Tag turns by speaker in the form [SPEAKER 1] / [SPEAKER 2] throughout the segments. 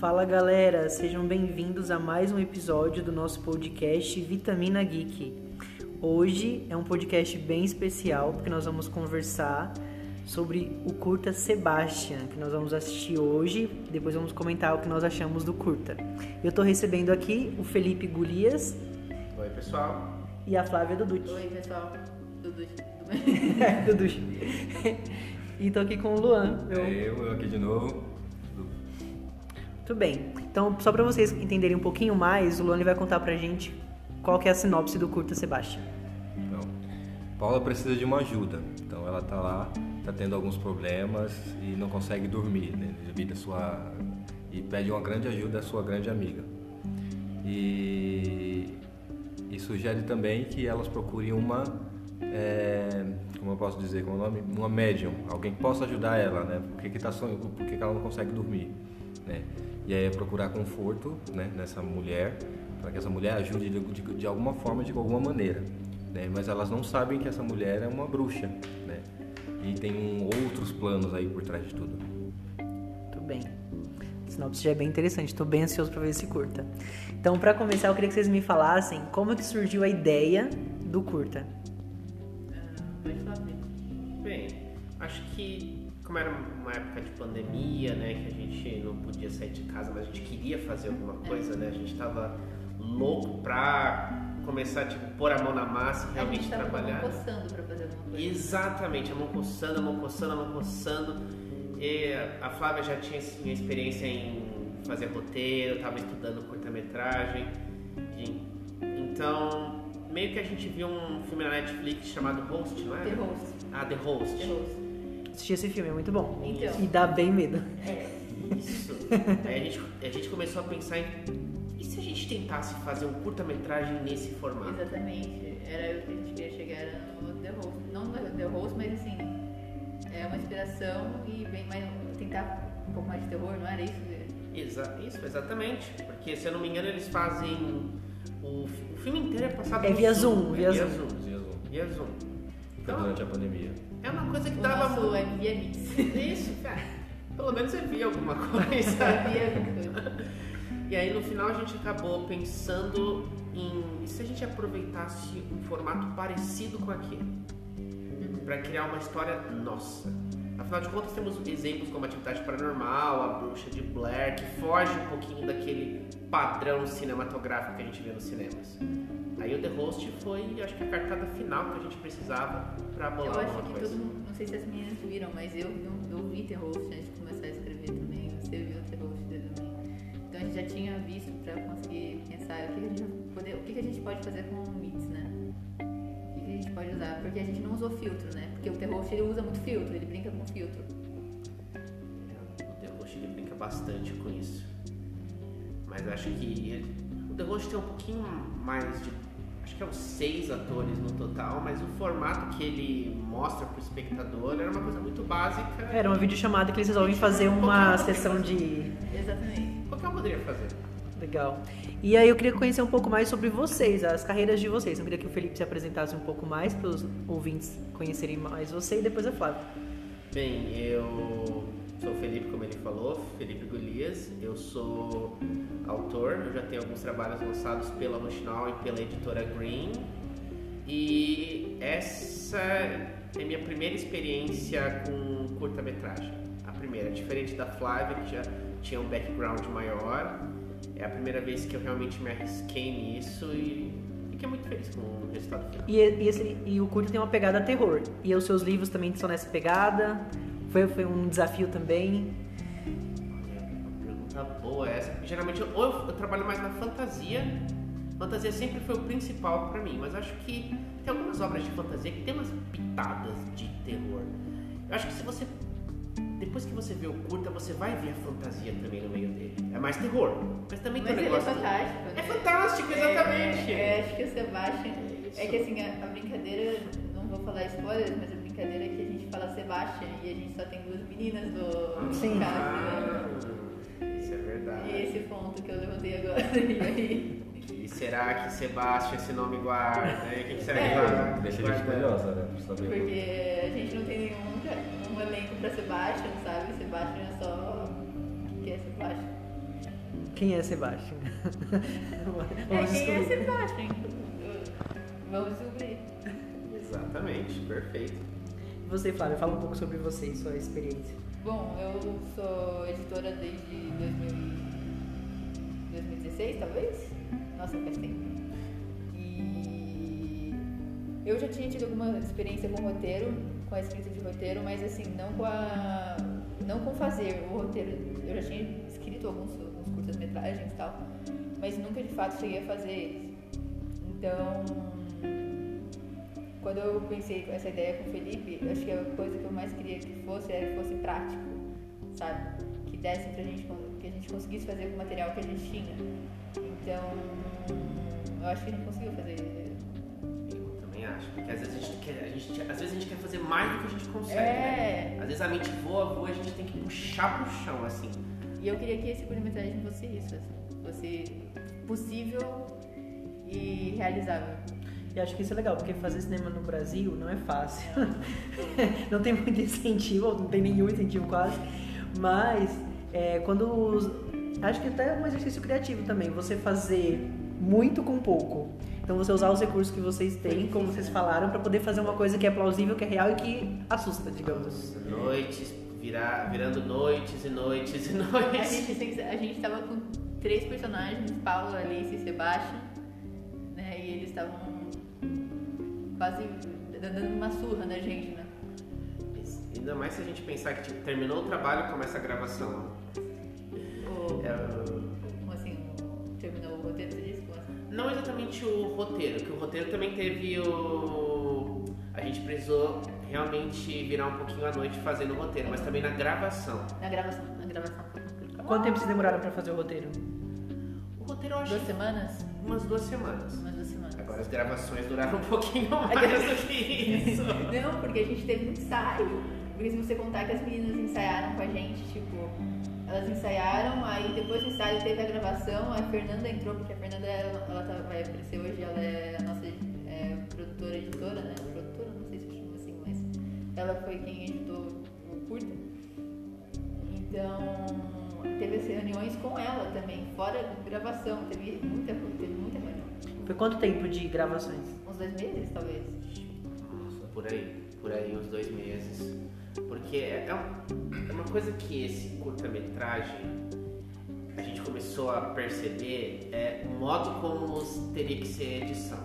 [SPEAKER 1] Fala galera, sejam bem-vindos a mais um episódio do nosso podcast Vitamina Geek. Hoje é um podcast bem especial porque nós vamos conversar sobre o curta Sebastian, que nós vamos assistir hoje, depois vamos comentar o que nós achamos do curta. Eu tô recebendo aqui o Felipe Golias
[SPEAKER 2] Oi, pessoal.
[SPEAKER 1] e a Flávia Duducci.
[SPEAKER 3] Oi, pessoal. Tudo, tudo bem?
[SPEAKER 1] É, Dudu. e tô aqui com o Luan. meu-
[SPEAKER 2] É eu, eu aqui de novo.
[SPEAKER 1] Muito bem. Então, só pra vocês entenderem um pouquinho mais, o Luan ele vai contar pra gente qual que é a sinopse do curta Sebastião.
[SPEAKER 2] Então, Paula precisa de uma ajuda. Então ela tá lá, tá tendo alguns problemas e não consegue dormir, né? Devido à sua. E pede uma grande ajuda à sua grande amiga. E, e sugere também que elas procurem uma. é, como eu posso dizer como é o nome? Uma médium, alguém que possa ajudar ela, né? Por que, que, tá sonhando, por que, que ela não consegue dormir, né? E aí é procurar conforto né, nessa mulher, para que essa mulher ajude de, de, de alguma forma, de alguma maneira. Né? Mas elas não sabem que essa mulher é uma bruxa, né? E tem um- outros planos aí por trás de tudo.
[SPEAKER 1] Muito bem. A sinopse já é bem interessante, tô bem ansioso pra ver esse curta. Então, pra começar, eu queria que vocês me falassem como que surgiu a ideia do curta.
[SPEAKER 3] Ah, Pode falar comigo.
[SPEAKER 4] Bem, acho que como era uma época de pandemia, né, que a gente não podia sair de casa, mas a gente queria fazer alguma coisa, né? A gente tava louco pra começar tipo pôr a mão na massa, e
[SPEAKER 3] A
[SPEAKER 4] realmente
[SPEAKER 3] gente tava
[SPEAKER 4] trabalhar. né?
[SPEAKER 3] coçando pra fazer alguma coisa.
[SPEAKER 4] Exatamente, a mão coçando, a mão coçando, a mão coçando. E a Flávia já tinha minha experiência em fazer roteiro, estava estudando curta-metragem. E- Então, meio que a gente viu um filme na Netflix chamado Host, não
[SPEAKER 3] The
[SPEAKER 4] é?
[SPEAKER 3] host.
[SPEAKER 4] Ah, The Host.
[SPEAKER 3] The host.
[SPEAKER 1] Assistir esse filme é muito bom.
[SPEAKER 3] Então.
[SPEAKER 1] E dá bem medo.
[SPEAKER 4] É Isso. Aí a gente, a gente começou a pensar em. E se a gente tentasse fazer um curta-metragem nesse formato?
[SPEAKER 3] Exatamente. Era o que a gente queria chegar era no The Host. Não no The Host, mas assim, é uma inspiração e bem mais tentar um pouco mais de terror, não era isso?
[SPEAKER 4] Exa- isso, exatamente. Porque, se eu não me engano, eles fazem. O, fi- o filme inteiro é passado
[SPEAKER 1] É
[SPEAKER 4] no
[SPEAKER 1] via
[SPEAKER 4] Zoom.
[SPEAKER 1] Zoom,
[SPEAKER 4] é
[SPEAKER 1] via
[SPEAKER 4] via
[SPEAKER 1] Zoom.
[SPEAKER 4] Zoom. Via Zoom.
[SPEAKER 2] Foi
[SPEAKER 4] Então,
[SPEAKER 2] durante a pandemia.
[SPEAKER 4] é uma coisa que
[SPEAKER 3] O
[SPEAKER 4] dava
[SPEAKER 3] nosso
[SPEAKER 4] muito.
[SPEAKER 3] é via mix.
[SPEAKER 4] Isso, cara. Pelo menos você via alguma coisa.
[SPEAKER 3] Via coisa.
[SPEAKER 4] e aí, no final, a gente acabou pensando em. E se a gente aproveitasse um formato parecido com aquele? Pra criar uma história nossa. Afinal de contas, temos exemplos como Atividade Paranormal, A Bruxa de Blair, que foge um pouquinho daquele padrão cinematográfico que a gente vê nos cinemas. Aí o The Host foi, acho que, a cartada final que a gente precisava pra bolar
[SPEAKER 3] Eu acho
[SPEAKER 4] alguma
[SPEAKER 3] que
[SPEAKER 4] coisa.
[SPEAKER 3] todo mundo, não sei se as meninas viram, mas eu, eu, eu vi The Host antes de começar a escrever também, você viu The Host também. Então a gente já tinha visto pra conseguir pensar o que, que a gente vai poder, o que, que a gente pode fazer com o Mix, né? O que, que a gente pode usar, porque a gente não usou filtro, né? Porque o The Host ele usa muito filtro, ele brinca com filtro.
[SPEAKER 4] O The Host ele brinca bastante com isso. Mas acho que ele- o The Host tem um pouquinho mais de. Acho que é uns seis atores no total, mas o formato que ele mostra pro espectador era uma coisa muito básica.
[SPEAKER 1] Era uma videochamada que eles resolvem fazer uma sessão de
[SPEAKER 3] Exatamente.
[SPEAKER 4] Qualquer um poderia fazer.
[SPEAKER 1] Legal. E aí eu queria conhecer um pouco mais sobre vocês, as carreiras de vocês. Eu queria que o Felipe se apresentasse um pouco mais para os ouvintes conhecerem mais você e depois a Flávia.
[SPEAKER 4] Bem, eu sou o Felipe, como ele falou, Felipe Golias. Eu sou autor, eu já tenho alguns trabalhos lançados pela Roxinol e pela editora Green. E essa é minha primeira experiência com curta-metragem. A primeira, diferente da Flávia, que já tinha um background maior. É a primeira vez que eu realmente me arrisquei nisso e fiquei muito feliz com o resultado final.
[SPEAKER 1] E, e esse, e o curto tem uma pegada terror. E os seus livros também são nessa pegada. Foi, foi um desafio também.
[SPEAKER 4] Pergunta boa essa. porque é, Geralmente eu, ou eu, eu trabalho mais na fantasia. Fantasia sempre foi o principal pra mim, mas acho que tem algumas obras de fantasia que tem umas pitadas de terror. Eu acho que se você depois que você vê o curta, você vai ver a fantasia também no meio dele. É mais terror, mas também
[SPEAKER 3] Mas
[SPEAKER 4] tem um
[SPEAKER 3] ele é
[SPEAKER 4] negócio.
[SPEAKER 3] fantástico.
[SPEAKER 4] É
[SPEAKER 3] né?
[SPEAKER 4] fantástico, exatamente.
[SPEAKER 3] É, é, acho que o Sebastian.
[SPEAKER 4] Isso.
[SPEAKER 3] É que assim, a, a brincadeira, não vou falar spoiler, mas a brincadeira é que a gente fala Sebastian e a gente só tem duas meninas do
[SPEAKER 1] Sim.
[SPEAKER 3] caso.
[SPEAKER 4] Ah,
[SPEAKER 3] né?
[SPEAKER 4] isso é verdade.
[SPEAKER 3] E esse ponto que eu levantei agora. E aí,
[SPEAKER 4] E será que Sebastião esse nome guarda? né? O que, que será que
[SPEAKER 3] É.
[SPEAKER 4] guarda?
[SPEAKER 2] Deixa a gente
[SPEAKER 4] guarda?
[SPEAKER 2] curiosa, né? Pra saber.
[SPEAKER 3] porque a gente não tem nenhum ca- um elenco pra Sebastian, sabe? Sebastian é só. O que é Sebastian?
[SPEAKER 1] Quem é Sebastian?
[SPEAKER 3] É,
[SPEAKER 1] Vamos
[SPEAKER 3] quem é
[SPEAKER 1] descobrir.
[SPEAKER 3] Sebastian? Vamos descobrir.
[SPEAKER 4] Exatamente, perfeito.
[SPEAKER 1] Você, Flávia, fala um pouco sobre você e sua experiência.
[SPEAKER 3] Bom, eu sou editora desde 2000 2016, talvez? Nossa, faz tempo. E eu já tinha tido alguma experiência com roteiro, com a escrita de roteiro, mas assim, não com a. não com fazer o roteiro. Eu já tinha escrito alguns, alguns curtas-metragens e tal, mas nunca de fato cheguei a fazer eles. Então, quando eu pensei essa ideia com o Felipe, eu acho que a coisa que eu mais queria que fosse era que fosse prático, sabe? Que desse pra gente, con- que a gente conseguisse fazer com o material que a gente tinha. Então, eu acho que não conseguiu fazer.
[SPEAKER 4] Eu também acho. Porque às vezes a gente quer, a gente- às vezes a gente quer fazer mais do que a gente consegue, né?
[SPEAKER 3] É!
[SPEAKER 4] Às vezes a mente voa, voa, a gente tem que puxar pro chão, assim.
[SPEAKER 3] E eu queria que esse curta-metragem fosse isso, assim, fosse possível e realizável.
[SPEAKER 1] E acho que isso é legal, porque fazer cinema no Brasil não é fácil.
[SPEAKER 3] É.
[SPEAKER 1] não tem muito incentivo, ou não tem nenhum incentivo quase. Mas é, quando. os- Acho que até é um exercício criativo também, você fazer muito com pouco. Então você usar os recursos que vocês têm, como vocês falaram, pra poder fazer uma coisa que é plausível, que é real e que assusta, digamos assim.
[SPEAKER 4] Noites, virar, virando noites e noites e
[SPEAKER 3] A
[SPEAKER 4] noites.
[SPEAKER 3] gente, tem que- a gente tava com três personagens, Paulo, Alice e Sebastião, né? E eles estavam quase dando uma surra na gente, né?
[SPEAKER 4] Ainda mais se a gente pensar que tipo, terminou o trabalho, começa a gravação.
[SPEAKER 3] Ou,
[SPEAKER 4] É,
[SPEAKER 3] como assim, terminou o roteiro, você disse? Como assim?
[SPEAKER 4] não exatamente o roteiro, que o roteiro também teve o. A gente precisou realmente virar um pouquinho à noite fazendo o roteiro, mas também na gravação.
[SPEAKER 3] Na gravação, na gravação.
[SPEAKER 1] Quanto tempo vocês demoraram pra fazer o roteiro?
[SPEAKER 4] O roteiro eu acho
[SPEAKER 3] Duas
[SPEAKER 4] que
[SPEAKER 3] semanas?
[SPEAKER 4] umas duas semanas.
[SPEAKER 3] Umas duas semanas.
[SPEAKER 4] Agora as gravações duraram um pouquinho mais do que isso.
[SPEAKER 3] Não, porque a gente teve um ensaio. Porque se você contar que as meninas ensaiaram com a gente, tipo, elas ensaiaram, aí depois do ensaio teve a gravação, a Fernanda entrou, porque a Fernanda ela, ela tá- vai aparecer hoje, ela é a nossa é, produtora, editora, né? Produtora, não sei se chama assim, mas ela foi quem editou o curta. Então, teve as reuniões com ela também, fora gravação, teve muita, teve muita reunião.
[SPEAKER 1] Foi quanto tempo de gravações?
[SPEAKER 3] Uns dois meses, talvez.
[SPEAKER 4] Nossa, por aí, por aí uns dois meses. Porque é, é um- é uma coisa que esse curta-metragem a gente começou a perceber é o modo como os- teria que ser a edição.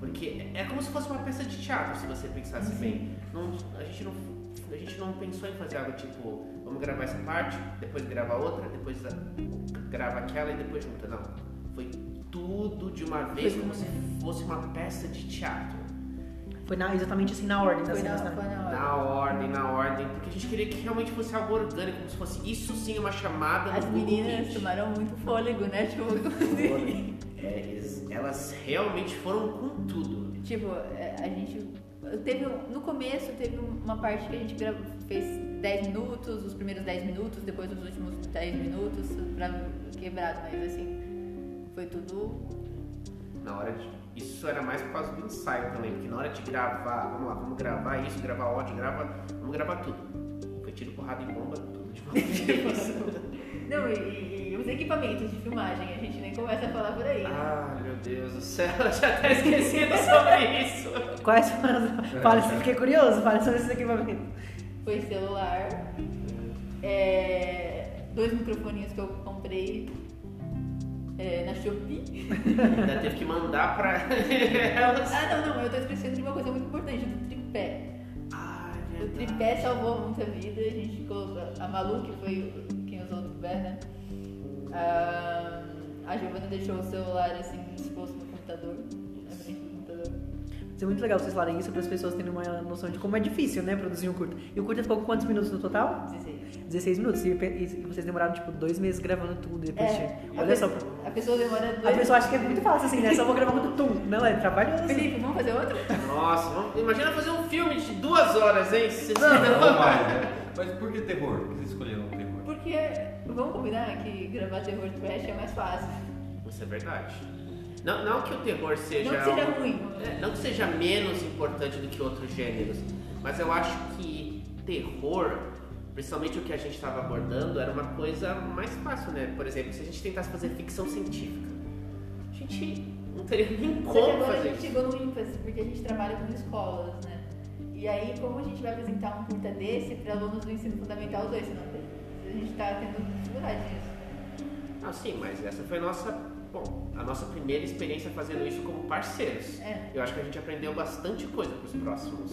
[SPEAKER 4] Porque é como se fosse uma peça de teatro, se você pensasse bem. Não, a, gente não, a gente não pensou em fazer algo tipo, vamos gravar essa parte, depois grava outra, depois a- grava aquela e depois junta. Não. Foi tudo de uma vez,
[SPEAKER 3] de
[SPEAKER 4] como
[SPEAKER 3] uma
[SPEAKER 4] se fosse uma peça de teatro.
[SPEAKER 1] Foi na- exatamente assim, na ordem das
[SPEAKER 3] Foi na,
[SPEAKER 1] cenas,
[SPEAKER 3] foi
[SPEAKER 1] né?
[SPEAKER 3] na hora.
[SPEAKER 4] Na ordem, na ordem, porque a gente queria que realmente fosse algo orgânico, como se fosse isso sim uma chamada
[SPEAKER 3] As
[SPEAKER 4] no Google
[SPEAKER 3] meninas
[SPEAKER 4] Meet.
[SPEAKER 3] tomaram muito fôlego, né? Tipo,
[SPEAKER 4] É, eles- elas realmente foram com tudo.
[SPEAKER 3] tipo é, a gente. Teve, um- no começo teve uma parte que a gente gravou, fez 10 minutos, os primeiros 10 minutos, depois os últimos 10 minutos, pra quebrado, mas assim, foi tudo.
[SPEAKER 4] Na hora de. Isso era mais por causa do ensaio também, porque na hora de gravar, vamos lá, vamos gravar isso, gravar ódio, grava. Vamos gravar tudo. Foi tiro, porrada e bomba, tudo de uma vez.
[SPEAKER 3] Não, e, e- e os equipamentos de filmagem, a gente nem começa a falar por aí. né?
[SPEAKER 4] ah, meu Deus do céu, eu já tá esquecendo sobre isso.
[SPEAKER 1] Quais foram as... Fala, fiquei curioso, fala sobre esses equipamentos.
[SPEAKER 3] Foi celular, é, dois microfoninhos que eu comprei é, na Shopee.
[SPEAKER 4] Ainda teve que mandar pra elas.
[SPEAKER 3] Ah, não, não, eu tô esquecendo de uma coisa muito importante, do tripé.
[SPEAKER 4] Ah, é
[SPEAKER 3] O
[SPEAKER 4] verdade.
[SPEAKER 3] tripé salvou muita vida, a gente colocou a Malu, que foi o- quem usou o tripé, né? Ah, a Giovana deixou o celular assim exposto no computador, na frente do computador.
[SPEAKER 1] Isso é muito legal vocês falarem isso para as pessoas terem uma noção de como é difícil, né, produzir um curta. E o curta ficou com quantos minutos no total?
[SPEAKER 3] 16.
[SPEAKER 1] 16 minutos. E, e- e vocês demoraram, tipo, dois meses gravando tudo e depois tinha-
[SPEAKER 3] É, a
[SPEAKER 1] Olha só.
[SPEAKER 3] pessoa- A pessoa demora dois
[SPEAKER 1] A pessoa acha que é muito fácil, assim, né? Só vou gravar muito tum. Não, é trabalhoso.
[SPEAKER 3] Felipe, vamos fazer outro?
[SPEAKER 4] Nossa, vamos- imagina fazer um filme de duas horas, hein? Vocês
[SPEAKER 2] Não, mas, né? Mas por que terror? Por que vocês escolheram o terror?
[SPEAKER 3] Porque vamos combinar que gravar terror trash é mais fácil.
[SPEAKER 4] Isso é verdade. Não, não que o terror seja.
[SPEAKER 3] Não que seja
[SPEAKER 4] um-
[SPEAKER 3] ruim.
[SPEAKER 4] É, não que seja menos importante do que outros gêneros, mas eu acho que terror principalmente o que a gente estava abordando, era uma coisa mais fácil, né? Por exemplo, se a gente tentasse fazer ficção científica, a gente não teria nem
[SPEAKER 3] Só que
[SPEAKER 4] como
[SPEAKER 3] agora a
[SPEAKER 4] fazer
[SPEAKER 3] gente
[SPEAKER 4] isso.
[SPEAKER 3] chegou no ênfase, porque a gente trabalha com escolas, né? E aí, como a gente vai apresentar um curta desse para alunos do ensino fundamental 2, senão a gente está tendo dificuldade nisso.
[SPEAKER 4] Ah, sim, mas essa foi a nossa, bom, a nossa primeira experiência fazendo isso como parceiros.
[SPEAKER 3] É.
[SPEAKER 4] Eu acho que a gente aprendeu bastante coisa para os próximos.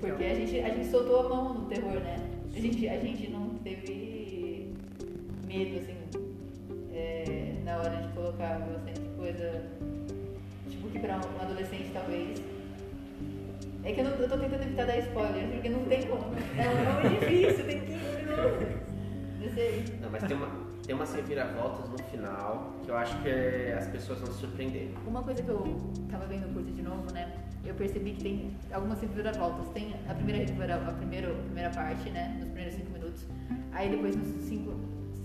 [SPEAKER 3] Porque a gente, a gente soltou a mão no terror, né? A gente, a gente não teve medo, assim, é, na hora de colocar bastante coisa. Tipo, que pra um adolescente talvez. É que eu, não, eu tô tentando evitar dar spoiler, porque não tem como. É um nome difícil, tem 15 minutos. Não sei.
[SPEAKER 4] Não, mas tem uma, tem umas reviravoltas no final que eu acho que eh, as pessoas vão se surpreender.
[SPEAKER 3] Uma coisa que eu tava vendo o curso de novo, né? Eu percebi que tem algumas reviravoltas. Tem a primeira, revira- a primeira, a primeira parte, né? Nos primeiros cinco minutos. Aí depois, nos cinco,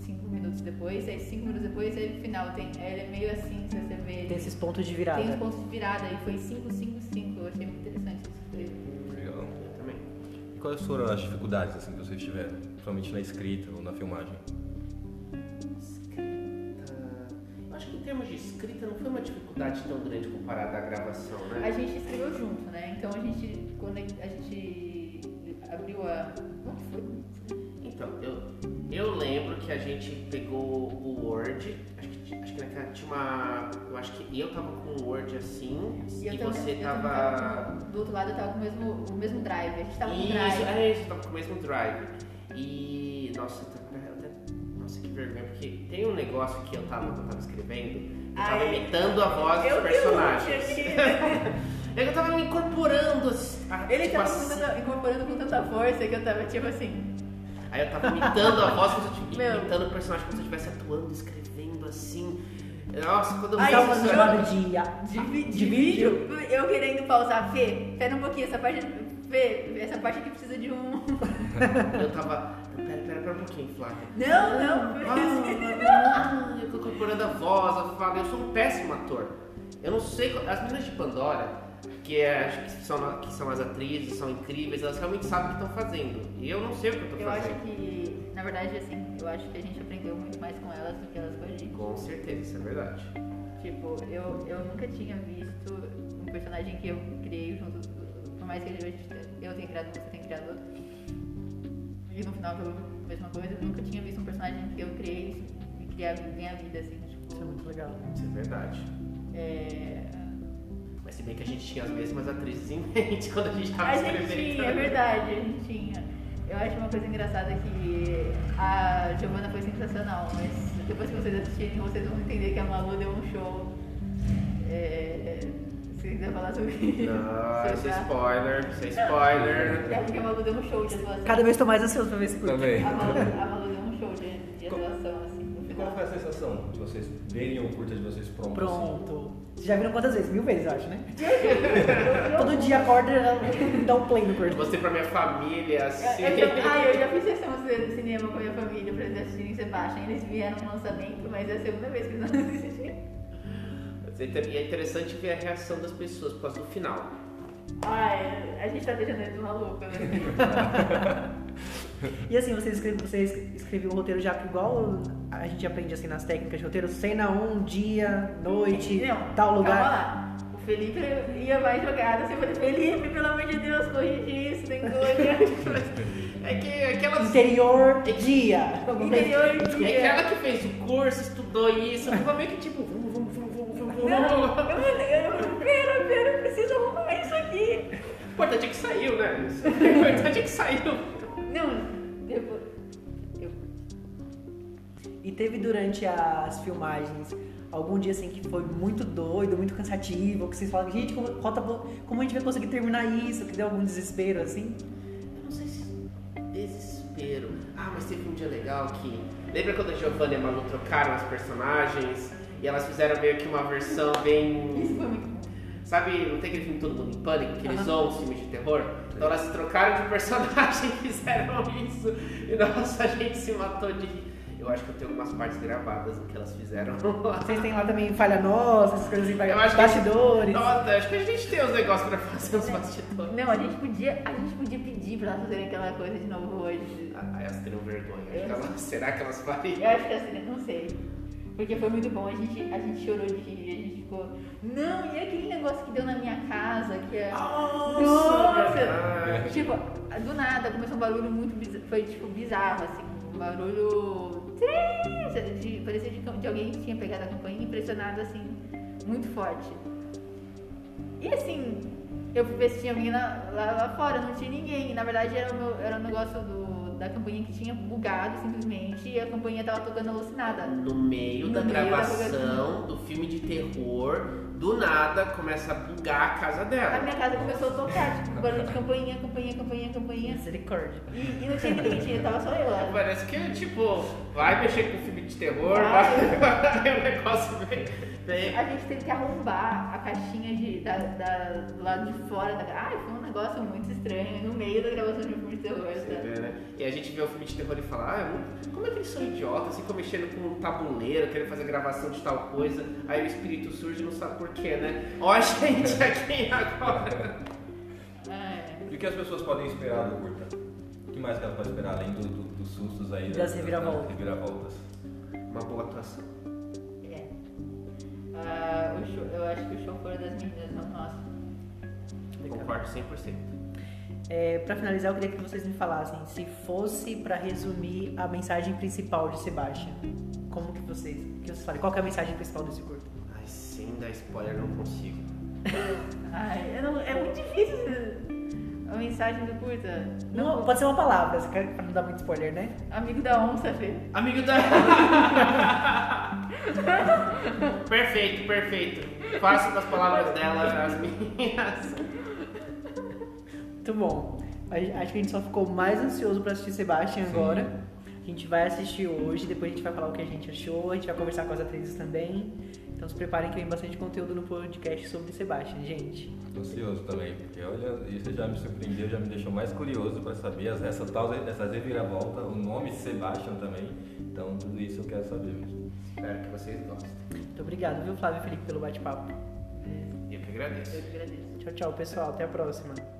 [SPEAKER 3] cinco minutos depois, aí cinco minutos depois, aí no final tem. Ele é meio assim, se você vê.
[SPEAKER 1] Tem esses pontos de
[SPEAKER 3] tem os
[SPEAKER 1] virada.
[SPEAKER 3] pontos de virada. E foi 5, 5, 5. Eu achei muito interessante isso. Foi-
[SPEAKER 2] Legal.
[SPEAKER 4] Eu também.
[SPEAKER 2] E quais foram as dificuldades assim, que vocês tiveram? Principalmente na escrita ou na filmagem?
[SPEAKER 4] Escrita. Eu acho que em termos de escrita não foi uma dificuldade tão grande comparada à gravação,
[SPEAKER 3] A
[SPEAKER 4] né?
[SPEAKER 3] gente escreveu junto, né? Então a gente, quando a gente abriu a. Quanto foi?
[SPEAKER 4] Então, eu, eu lembro que a gente pegou o Word, acho que, acho que naquela tinha uma. Eu acho que eu tava com o Word assim e,
[SPEAKER 3] também-
[SPEAKER 4] você
[SPEAKER 3] eu também
[SPEAKER 4] tava.
[SPEAKER 3] com- do outro lado eu tava com o mesmo, o mesmo drive. A gente tava Tá com
[SPEAKER 4] isso,
[SPEAKER 3] drive.
[SPEAKER 4] é isso, tava com o mesmo drive. E. Nossa, eu tava- eu até- nossa, que vergonha, porque tem um negócio que eu tava, que eu tava escrevendo, eu tava
[SPEAKER 3] Ai,
[SPEAKER 4] imitando a voz
[SPEAKER 3] Ah, é? eu
[SPEAKER 4] dos
[SPEAKER 3] vi um o
[SPEAKER 4] personagens.
[SPEAKER 3] Lúcio
[SPEAKER 4] É que eu tava me incorporando. as- a-
[SPEAKER 3] né? Ele
[SPEAKER 4] tipo
[SPEAKER 3] tava com
[SPEAKER 4] assim.
[SPEAKER 3] tanta- incorporando com tanta força que eu tava tipo assim.
[SPEAKER 4] Aí eu tava imitando a voz, como se eu tivesse,
[SPEAKER 3] Meu.
[SPEAKER 4] imitando o personagem como se eu estivesse atuando, escrevendo assim. Nossa, quando eu
[SPEAKER 3] Ai,
[SPEAKER 4] vi
[SPEAKER 1] Estava
[SPEAKER 4] isso,
[SPEAKER 3] gente,
[SPEAKER 4] eu-
[SPEAKER 1] chamado Então, de. a-
[SPEAKER 3] De, vi-
[SPEAKER 1] De vídeo?
[SPEAKER 3] Eu querendo pausar. Fê, pera um pouquinho, essa parte. Fê, essa parte aqui precisa de um.
[SPEAKER 4] eu tava. Pera, pera, pera um pouquinho, Flávia.
[SPEAKER 3] Não, não,
[SPEAKER 4] Ah,
[SPEAKER 3] por
[SPEAKER 4] ah, eu tô incorporando a voz, eu falo, eu sou um péssimo ator. Eu não sei. co- As meninas de Pandora, que, é, acho que, são, que são as atrizes, são incríveis, elas realmente sabem o que estão fazendo. E eu não sei o que eu tô
[SPEAKER 3] Eu acho
[SPEAKER 4] fazendo.
[SPEAKER 3] que, na verdade, assim, eu acho que a gente aprendeu muito mais com elas do que elas com a gente.
[SPEAKER 4] Com certeza, isso é verdade.
[SPEAKER 3] Tipo, eu, eu nunca tinha visto um personagem que eu criei junto, por mais que ele- eu tenha criado um, você tenha criado outro. E no final pelo a mesma coisa, eu nunca tinha visto um personagem que eu criei e criar minha vida, assim,
[SPEAKER 1] Isso é
[SPEAKER 3] tipo.
[SPEAKER 1] muito legal.
[SPEAKER 4] Isso é verdade.
[SPEAKER 3] É...
[SPEAKER 4] Mas se bem que a gente tinha as mesmas atrizes em mente quando a gente tava
[SPEAKER 3] A gente
[SPEAKER 4] escrevendo.
[SPEAKER 3] tinha, é verdade, a gente tinha. Eu acho uma coisa engraçada que a Giovanna foi sensacional, mas depois que vocês assistirem, vocês vão entender que a Malu deu um show. É... Se quiser falar sobre isso.
[SPEAKER 4] Não, isso é
[SPEAKER 3] tá?
[SPEAKER 4] spoiler, isso é spoiler.
[SPEAKER 3] É porque a Malu deu um show de atuação.
[SPEAKER 1] Cada vez tô mais ansioso pra ver esse curto.
[SPEAKER 2] Também.
[SPEAKER 3] A Malu, a Malu deu um show de, de atuação, assim. no
[SPEAKER 2] E
[SPEAKER 3] final.
[SPEAKER 2] qual foi a sensação de vocês verem o curta de vocês pronto? assim?
[SPEAKER 1] Pronto. Vocês já viram quantas vezes? Mil vezes, eu acho, né?
[SPEAKER 3] Eu-
[SPEAKER 1] Todo dia acorda e dá um play no curto.
[SPEAKER 4] Você pra minha família, assim.
[SPEAKER 3] Eu, eu, já- ah, eu já fiz sessão de cinema com a minha família pra eles assistirem Sebastian. Eles vieram no lançamento, mas é a segunda vez que eles não assistem.
[SPEAKER 4] Mas é inter- é interessante ver a reação das pessoas por causa do final.
[SPEAKER 3] Ai, a gente tá deixando eles malucos, né?
[SPEAKER 1] E assim, você escreve, você escreveu o roteiro já igual a gente aprende assim nas técnicas de roteiro, cena um, dia, noite,
[SPEAKER 3] Não,
[SPEAKER 1] tal
[SPEAKER 3] Calma
[SPEAKER 1] lugar.
[SPEAKER 3] lá. O Felipe ia mais jogado. Assim, eu falei, Felipe, pelo amor de Deus, corrige isso, tem coisa.
[SPEAKER 4] É que é que ela
[SPEAKER 1] Interior, dia.
[SPEAKER 3] Interior de
[SPEAKER 4] É que
[SPEAKER 3] dia.
[SPEAKER 4] ela que fez o curso, estudou isso, ficou meio que tipo, vamos, vamos, vamos, vamos, vamos,
[SPEAKER 3] Não,
[SPEAKER 4] vamos.
[SPEAKER 3] eu falei, eu- pera, pera, eu preciso arrumar isso aqui.
[SPEAKER 4] O importante é que saiu, né? O importante é que saiu.
[SPEAKER 3] Não, depois. Eu,
[SPEAKER 1] E teve durante as filmagens algum dia assim que foi muito doido, muito cansativo, ou que vocês falam, gente, como, rota bo- como a gente vai conseguir terminar isso? Que deu algum desespero assim?
[SPEAKER 4] Eu não sei se. Desespero. Ah, mas teve um dia legal que. Lembra quando a Giovanna e a Malu trocaram as personagens? E elas fizeram meio que uma versão bem.
[SPEAKER 3] isso foi muito bom.
[SPEAKER 4] Sabe, não tem aquele filme Todo Mundo em Pânico, que eles zoam os filmes de terror? Então elas se trocaram de personagem e fizeram isso. E nossa, a gente se matou de rir. Eu Eu acho que eu tenho algumas partes gravadas que elas fizeram.
[SPEAKER 1] Vocês têm lá também falha nossa, essas coisas assim,
[SPEAKER 4] Eu acho que-
[SPEAKER 1] bastidores.
[SPEAKER 4] Nossa, acho que a gente tem uns negócios pra fazer uns bastidores.
[SPEAKER 3] Não, a gente podia, a gente podia pedir pra elas fazerem aquela coisa de novo hoje.
[SPEAKER 4] Ah, elas teriam vergonha. Acho
[SPEAKER 3] Eu
[SPEAKER 4] que elas- será que elas
[SPEAKER 3] Eu
[SPEAKER 4] fariam?
[SPEAKER 3] acho que assim, não sei. Porque foi muito bom, a gente, a gente chorou de rir, a gente ficou. Não, e aquele negócio que deu na minha casa, que é. Nossa!
[SPEAKER 4] verdade.
[SPEAKER 3] Tipo, do nada começou um barulho muito bizarro. Foi tipo bizarro, assim. Um barulho. trim, De, parecia de, cam- de alguém que tinha pegado a campainha e impressionado, assim, muito forte. E assim, eu fui ver se tinha alguém lá, lá, lá fora, não tinha ninguém. Na verdade era o, meu, era o negócio do, da campainha que tinha bugado simplesmente e a campainha tava tocando alucinada.
[SPEAKER 4] Ah, No meio
[SPEAKER 3] No
[SPEAKER 4] da
[SPEAKER 3] meio da
[SPEAKER 4] gravação do filme de terror, do nada começa a bugar a casa
[SPEAKER 3] A
[SPEAKER 4] dela.
[SPEAKER 3] minha casa começou a tocar, tipo, barulho de campainha, campainha, campainha, campainha.
[SPEAKER 1] Misericórdia.
[SPEAKER 3] E, e não tinha ninguém, tinha, tava só eu lá.
[SPEAKER 4] Parece que, tipo, vai mexer com filme de terror,
[SPEAKER 3] Vai.
[SPEAKER 4] vai. É um negócio bem. bem-
[SPEAKER 3] A gente teve que arrombar a caixinha de, da, da- do lado de fora da Ai, foi um negócio muito estranho no meio da gravação de um filme de terror.
[SPEAKER 4] Você
[SPEAKER 3] sabe?
[SPEAKER 4] vê, né? E a gente vê o filme de terror e fala, ah, eu- como é que eles são idiotas, ficam mexendo com um tabuleiro, querendo fazer gravação de tal coisa, aí o espírito surge e não sabe porquê, né? Ó a gente aqui agora.
[SPEAKER 3] É.
[SPEAKER 2] E o que as pessoas podem esperar do curta? O que mais que elas podem esperar, além do- do- dos sustos aí? né?
[SPEAKER 1] Das reviravoltas.
[SPEAKER 2] das reviravoltas.
[SPEAKER 4] Uma boa atuação.
[SPEAKER 3] É. Ah, o show- eu acho que o show foi das meninas, não nosso.
[SPEAKER 4] Concordo 100%.
[SPEAKER 1] É, para finalizar, eu queria que vocês me falassem se fosse pra resumir a mensagem principal de Sebastian. Como que vocês, que vocês falam? Qual que é a mensagem principal desse curto?
[SPEAKER 4] Ai, sem dar spoiler, não consigo.
[SPEAKER 3] Ai, eu não- é muito difícil a mensagem do curta.
[SPEAKER 1] Não, pode ser uma palavra, você quer pra não dar muito spoiler, né?
[SPEAKER 3] Amigo da onça, Fê.
[SPEAKER 4] Amigo da. perfeito, perfeito. Faço das palavras dela as minhas.
[SPEAKER 1] Muito bom. A- Acho que a gente só ficou mais ansioso pra assistir Sebastian
[SPEAKER 2] Sim.
[SPEAKER 1] agora. A gente vai assistir hoje, depois a gente vai falar o que a gente achou, a gente vai conversar com as atrizes também. Então se preparem que vem bastante conteúdo no podcast sobre Sebastian, gente.
[SPEAKER 2] Tô ansioso também, porque olha, isso já me surpreendeu, já me deixou mais curioso para saber as- essa tal dessas reviravoltas, o nome Sebastian também. Então tudo isso eu quero saber mesmo.
[SPEAKER 4] Espero que vocês gostem.
[SPEAKER 1] Muito obrigado, viu, Flávio e Felipe, pelo bate-papo.
[SPEAKER 4] Eu que agradeço.
[SPEAKER 3] Eu te agradeço.
[SPEAKER 1] Tchau, tchau, pessoal. Até a próxima.